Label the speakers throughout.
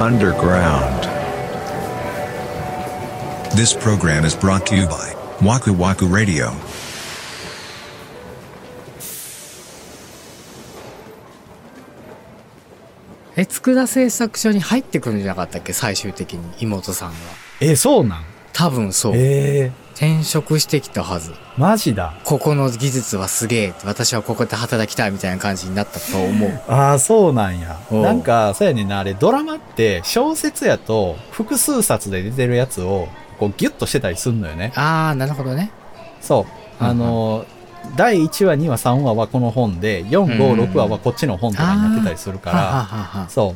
Speaker 1: Underground.
Speaker 2: This program is brought to you by Waku Waku Radio.
Speaker 3: え、佃製作所に入ってくるんじゃなかったっけ最終的に、妹さんは。
Speaker 4: え、そうなん
Speaker 3: 多分そう。
Speaker 4: ええ
Speaker 3: 転職してきたはず。
Speaker 4: マジだ。
Speaker 3: ここの技術はすげえ。私はここで働きたいみたいな感じになったと思 う。
Speaker 4: ああ、そうなんや。
Speaker 3: おう
Speaker 4: なんか、そうやねんな、あれ、ドラマって、小説やと、複数冊で出てるやつを、こう、ギュッとしてたりすんのよね。
Speaker 3: あー、なるほどね。
Speaker 4: そう。
Speaker 3: うんうん
Speaker 4: あの、第1話、2話、3話はこの本で、4、
Speaker 3: うん
Speaker 4: 5、6話はこっちの本とかになってたりするか
Speaker 3: はは
Speaker 4: ら、
Speaker 3: はは。
Speaker 4: そ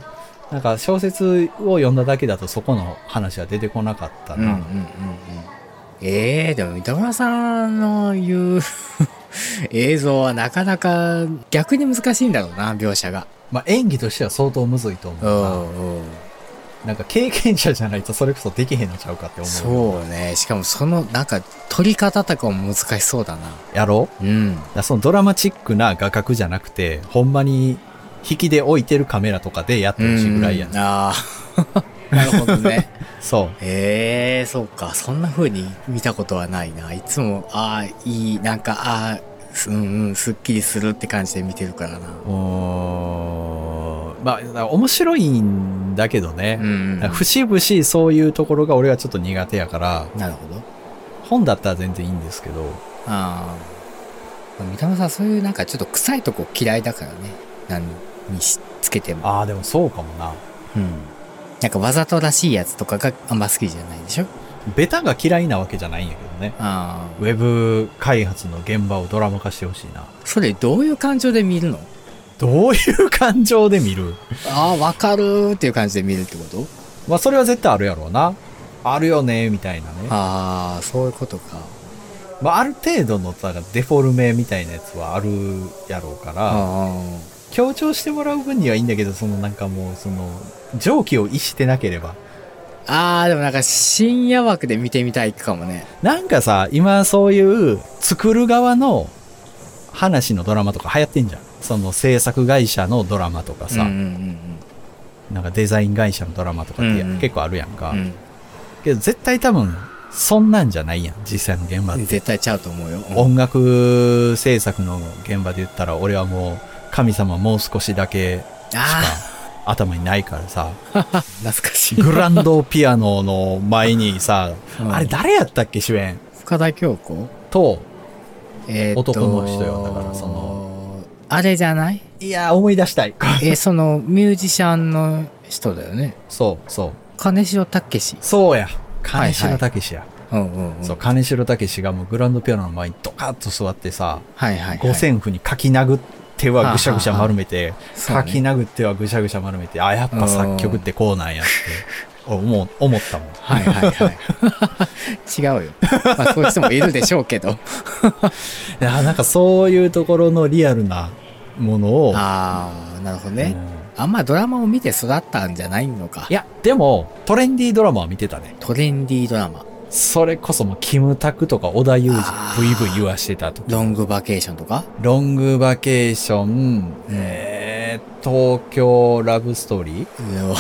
Speaker 4: う。なんか、小説を読んだだけだと、そこの話は出てこなかった
Speaker 3: うんうんうんう
Speaker 4: な。
Speaker 3: ん。ええー、でも三田村さんの言う 映像はなかなか逆に難しいんだろうな、描写が。
Speaker 4: まあ、演技としては相当むずいと思う
Speaker 3: う
Speaker 4: な。
Speaker 3: んうん。
Speaker 4: なんか、経験者じゃないと、それこそできへんのちゃうかって思う。
Speaker 3: そうね。しかもその、なんか、撮り方とかも難しそうだな。
Speaker 4: やろう
Speaker 3: うん。
Speaker 4: だからそのドラマチックな画角じゃなくて、ほんまに引きで置いてるカメラとかでやってほしいぐらいや
Speaker 3: う
Speaker 4: な。
Speaker 3: んあ あ。なるほどね。
Speaker 4: そう。
Speaker 3: ええそうか。そんな風に見たことはないな。いつも、ああ、いい、なんか、ああ、すうんうん、すっきりするって感じで見てるからな。
Speaker 4: うーんまあ、だから面白いんだけどね。
Speaker 3: うん、うん。
Speaker 4: だから節々そういうところが俺はちょっと苦手やから、
Speaker 3: なるほど。
Speaker 4: 本だったら全然いいんですけど、
Speaker 3: ああ。三田村さん、そういうなんかちょっと臭いとこ嫌いだからね。何にしつけても。
Speaker 4: ああ、でもそうかもな。
Speaker 3: うん。なんかわざとらしいやつとかがあんま好きじゃないでしょ
Speaker 4: ベタが嫌いなわけじゃないんやけどね。
Speaker 3: ああ。
Speaker 4: ウェブ開発の現場をドラマ化してほしいな。
Speaker 3: それどういう感情で見 るの
Speaker 4: どういう感情で見る
Speaker 3: ああ、わかるーっていう感じで見るってこと
Speaker 4: まあ、それは絶対あるやろうな。あるよね、みたいなね。
Speaker 3: ああ、そういうことか。
Speaker 4: まあ、ある程度のさデフォルメみたいなやつはあるやろうから、
Speaker 3: あ
Speaker 4: 強調してもらう分にはいいんだけどそのなんかもうその常軌を逸してなければ
Speaker 3: あ。ああ、でもなんか深夜枠で見てみたいかもね。
Speaker 4: なんかさ今そういう作る側の話のドラマとか流行ってんじゃんその制作会社のドラマとかさ、
Speaker 3: うんうん
Speaker 4: なんかデザイン会社のドラマとかって
Speaker 3: うんうん
Speaker 4: 結構あるやんか、
Speaker 3: うんうん
Speaker 4: けど絶対多分そんなんじゃないやん実際の現場っ
Speaker 3: うん。
Speaker 4: て
Speaker 3: 絶対ちゃうと思うよ。うん
Speaker 4: 音楽制作の現場で言ったら俺はもう神様もう少しだけ
Speaker 3: あ
Speaker 4: 頭にないからさ、
Speaker 3: あ、懐かしい。、
Speaker 4: グランドピアノの前にさ
Speaker 3: うん
Speaker 4: あれ誰やったっけ主演
Speaker 3: 深田恭子
Speaker 4: と、
Speaker 3: えーっと
Speaker 4: 男の人よだからその。
Speaker 3: あれじゃない
Speaker 4: いや、思い出したい。
Speaker 3: えー、その、ミュージシャンの人だよね。
Speaker 4: そう、そう。
Speaker 3: 金城武史。
Speaker 4: そうや。金城武志や、
Speaker 3: うんうんうん。
Speaker 4: そう、金城武志がもうグランドピアノの前にドカッと座ってさ、
Speaker 3: はいはい、はい。
Speaker 4: 五線譜に書き殴ってはぐしゃぐしゃ丸めて、
Speaker 3: そう
Speaker 4: 書
Speaker 3: ね
Speaker 4: き殴ってはぐしゃぐしゃ丸めて、あ、やっぱ作曲ってこうなんやって、思う、思ったもん。
Speaker 3: はいはいはい。 違うよ。まあそういう人もいるでしょうけど。
Speaker 4: いやなんかそういうところのリアルなものを、
Speaker 3: ああ、なるほど
Speaker 4: うん
Speaker 3: ね。あんまドラマを見て育ったんじゃないのか
Speaker 4: い。や、でも、トレンディードラマは見てたね。
Speaker 3: トレンディードラマ。
Speaker 4: それこそもう、キムタクとか小田裕二
Speaker 3: あ、ー
Speaker 4: ブイブイ言わしてたと。
Speaker 3: ロングバケーションとか
Speaker 4: ロングバケーション、えー、東京ラブストーリー、
Speaker 3: うわ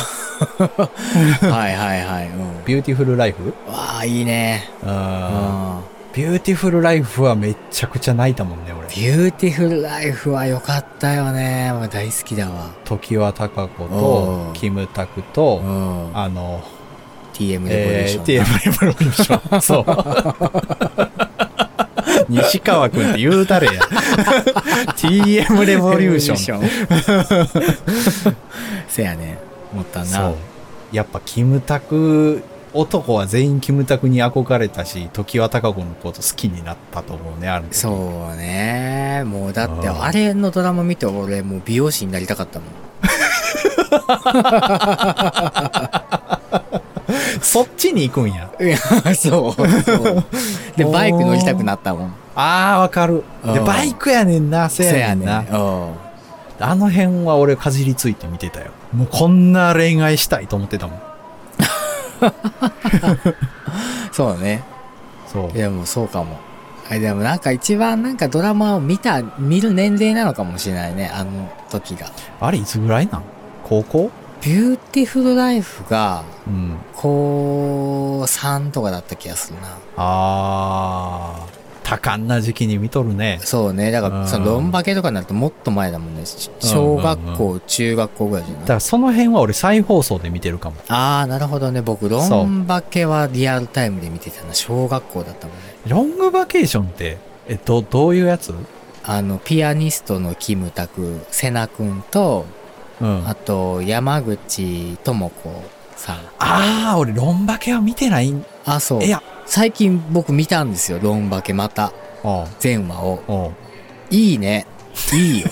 Speaker 3: はいはいはい。うん、
Speaker 4: ビューティフルライフ
Speaker 3: わあ、いいね。うん
Speaker 4: あービューティフルライフはめちゃくちゃ泣いたもんね、俺。
Speaker 3: ビューティフルライフは良かったよね。俺大好きだわ。
Speaker 4: 時は高子
Speaker 3: うん
Speaker 4: と、キムタクと
Speaker 3: う、ん。
Speaker 4: あの、
Speaker 3: TM レボリュー
Speaker 4: え
Speaker 3: シ
Speaker 4: ー、
Speaker 3: ョン。
Speaker 4: TM レボリューション。そう。 西川くんって言 うたれや。TM レボリューション。
Speaker 3: ン。 せやね。思った
Speaker 4: そ
Speaker 3: な
Speaker 4: う。。やっぱキムタク、男は全員キムタクに憧れたし、時は高子のこと好きになったと思うね、あるう。
Speaker 3: そうね。もうだって、
Speaker 4: うん
Speaker 3: あれのドラマ見て俺もう美容師になりたかったもん。
Speaker 4: そっちに行くんや。
Speaker 3: いや、そう、そう。で、
Speaker 4: おー
Speaker 3: バイク乗りたくなったもん。
Speaker 4: あー、わかる。で、
Speaker 3: うん
Speaker 4: バイクやねんな、せ
Speaker 3: せや
Speaker 4: やねん
Speaker 3: ね
Speaker 4: な。
Speaker 3: ん。うん
Speaker 4: あの辺は俺かじりついて見てたよ。もうこんな恋愛したいと思ってたもん。
Speaker 3: そうね。
Speaker 4: そう
Speaker 3: い。や、もうそうかも。あでもなんか一番なんかドラマを見た、見る年齢なのかもしれないね、あの時が。
Speaker 4: あれ、いつぐらいなん高校
Speaker 3: ビューティフルライフが、
Speaker 4: うん。
Speaker 3: 高3とかだった気がするな。
Speaker 4: あー、多感な時期に見とるね。
Speaker 3: そうね。だか
Speaker 4: うん
Speaker 3: ら、その、ロンバケとかになるともっと前だもんね。し小学校、中学校ぐらいじゃ
Speaker 4: だ
Speaker 3: な
Speaker 4: か
Speaker 3: い
Speaker 4: らその辺は俺再放送で見てるかも。
Speaker 3: ああ、なるほどね。僕、ロ
Speaker 4: そう
Speaker 3: ンバケはリアルタイムで見てたな。小学校だったもんね。
Speaker 4: ロングバケーションって、えっと、どういうやつ
Speaker 3: あの、ピアニストのキムタク、セナ君と、
Speaker 4: うん。
Speaker 3: あ
Speaker 4: あ
Speaker 3: と、山口智子さん。
Speaker 4: あー、俺ロンバケは見てないん。
Speaker 3: あ、そう。
Speaker 4: いや、
Speaker 3: 最近僕見たんですよ。ロンバケまた。
Speaker 4: おう
Speaker 3: 全話を。
Speaker 4: おう
Speaker 3: いいね。いい よ。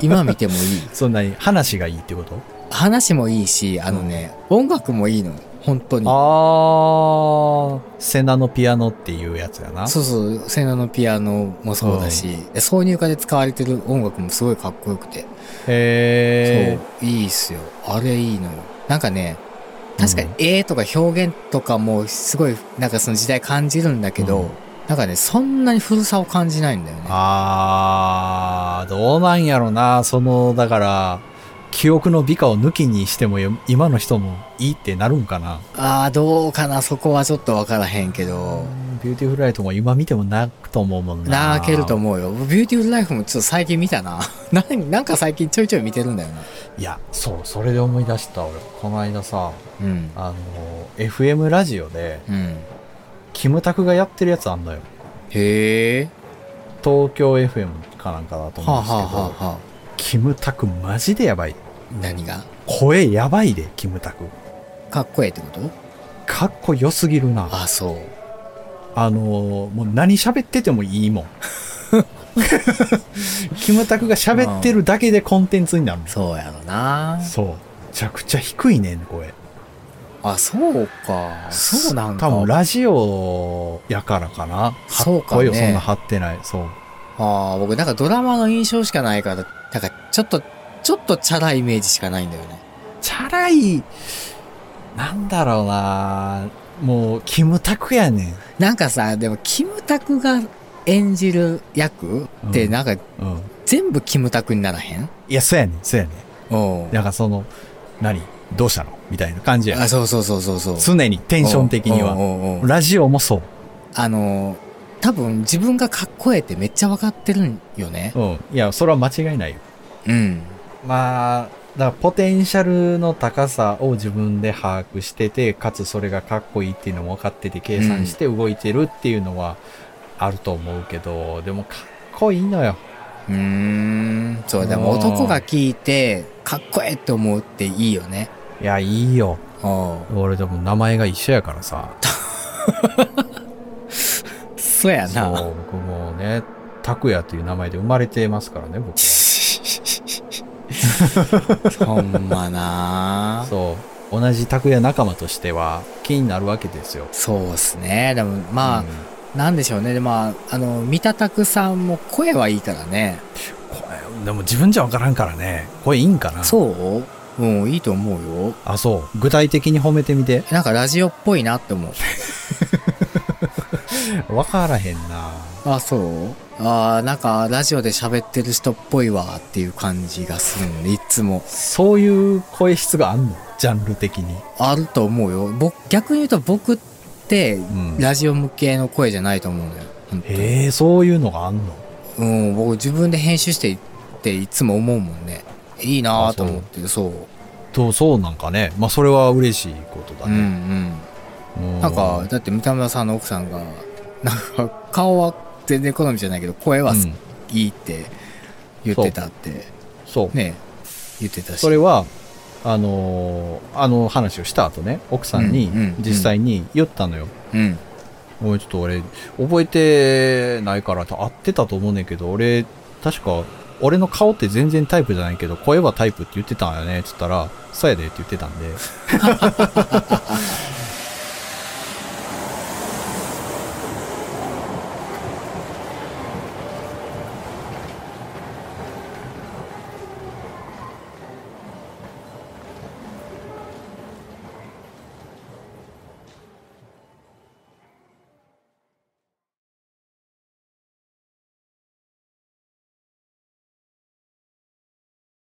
Speaker 3: 今見てもいい。
Speaker 4: そんなに話がいいってこと
Speaker 3: 話もいいし、あのね、音楽もいいの。本当に。
Speaker 4: あー、セナのピアノっていうやつやな。
Speaker 3: そうそう、セナのピアノもそうだし、で挿入歌で使われてる音楽もすごいかっこよくて。
Speaker 4: へ
Speaker 3: そう、いいっすよ。あれいいのよ。なんかね、確かに絵とか表現とかもすごい、なんかその時代感じるんだけど、
Speaker 4: うん
Speaker 3: なんかね、そんなに古さを感じないんだよね。
Speaker 4: あー、どうなんやろな。その、だから、記憶の美化を抜きにしてもよ、今の人もいいってなるんかな。
Speaker 3: ああ、どうかな、そこはちょっとわからへんけど。
Speaker 4: ビューティフルライトも今見てもなくと思うもんな。
Speaker 3: 泣けると思うよ。ビューティフルライフもちょっと最近見たな。 ななんか最近ちょいちょい見てるんだよな。
Speaker 4: いや、そう、それで思い出した俺。この間さ、
Speaker 3: うん。
Speaker 4: あの、FM ラジオで、
Speaker 3: うん。
Speaker 4: キムタクがやってるやつあんのよ。
Speaker 3: へえ。
Speaker 4: 東京 FM かなんかだと
Speaker 3: はあ、
Speaker 4: 思うんです
Speaker 3: は
Speaker 4: けど、
Speaker 3: あはあはあ、
Speaker 4: キムタクマジでやばい。
Speaker 3: 何が
Speaker 4: 声やばいで、キムタク。
Speaker 3: かっこええってこと
Speaker 4: かっこよすぎるな。
Speaker 3: あ、そう。
Speaker 4: あのーもう何喋っててもい いもん。キムタクが喋ってるだけでコンテンツになるの
Speaker 3: そうやろな。
Speaker 4: そう。めちゃくちゃ低いねん、声。
Speaker 3: あ、そうか。そうなんか。
Speaker 4: 多分ラジオやからかな。
Speaker 3: そうか
Speaker 4: 声
Speaker 3: ね
Speaker 4: をそんな張ってない。そう。
Speaker 3: ああ、僕なんかドラマの印象しかないから、なんかちょっと、ちょっとチャライメージしかないんだよね。
Speaker 4: チャラい、なんだろうなもう、キムタクやねん。
Speaker 3: なんかさ、でもキムタクが演じる役って
Speaker 4: うん
Speaker 3: なんか
Speaker 4: うん。
Speaker 3: 全部キムタクにならへん
Speaker 4: いや、そうやねん、そうやね。。
Speaker 3: おうん
Speaker 4: なんかその、何どうしたのみたいな感じや。
Speaker 3: あ、そうそうそうそうそう。
Speaker 4: 常に、テンション的に
Speaker 3: お
Speaker 4: は。
Speaker 3: うおうおうおう
Speaker 4: ラジオもそう。
Speaker 3: あのー、多分自分がかっこええってめっちゃわかってるんよね。
Speaker 4: うん。いや、それは間違いないよ。
Speaker 3: うん。
Speaker 4: まあ、だからポテンシャルの高さを自分で把握してて、かつそれがかっこいいっていうのも分かってて、計算して動いてるっていうのはあると思うけど、でもかっこいいのよ。
Speaker 3: うーん。そう、でも
Speaker 4: おー
Speaker 3: 男が聞いて、かっこええって思うっていいよね。
Speaker 4: いや、いいよ。
Speaker 3: おう
Speaker 4: 俺でも名前が一緒やからさ。
Speaker 3: そうや
Speaker 4: そ
Speaker 3: な。
Speaker 4: う、僕もね、拓也という名前で生まれてますから ね、僕 は。
Speaker 3: ほんまな
Speaker 4: そう。同じ拓也仲間としては気になるわけですよ。
Speaker 3: そうっすね。でも、まあ、
Speaker 4: うん
Speaker 3: なんでしょうね。でまあ、あの、三田拓さんも声はいいからね。
Speaker 4: 声でも自分じゃ分からんからね。声いいんかな
Speaker 3: そううん、いいと思うよ。
Speaker 4: あ、そう。具体的に褒めてみて。
Speaker 3: なんかラジオっぽいなって思う。
Speaker 4: わからへんな
Speaker 3: あ、そうあーなんかラジオで喋ってる人っぽいわっていう感じがするのね、いつも。
Speaker 4: そういう声質があんのジャンル的に。
Speaker 3: あると思うよ。僕、逆に言うと僕って
Speaker 4: ん、
Speaker 3: ラジオ向けの声じゃないと思うのよ。本当に
Speaker 4: へえ、そういうのがあんの
Speaker 3: うん、僕自分で編集していっていつも思うもんね。いいなぁと思ってる、そう。
Speaker 4: と、そうなんかね。まあ、それは嬉しいことだ
Speaker 3: うんう
Speaker 4: ね。
Speaker 3: ん。
Speaker 4: う
Speaker 3: なんか、、だって三田村さんの奥さんが、なんか顔は全然好みじゃないけど、声は
Speaker 4: うん
Speaker 3: いいって言ってたって、
Speaker 4: そう。
Speaker 3: ね、言ってたし。
Speaker 4: それは、あのーあの話をした後ね、奥さんに
Speaker 3: うんうん
Speaker 4: 実際に言ったのよ。
Speaker 3: うん。
Speaker 4: おいちょっと俺、覚えてないからって合ってたと思うねんけど、俺、確か、俺の顔って全然タイプじゃないけど、声はタイプって言ってたんよね、つったら、そうやでって言ってたんで。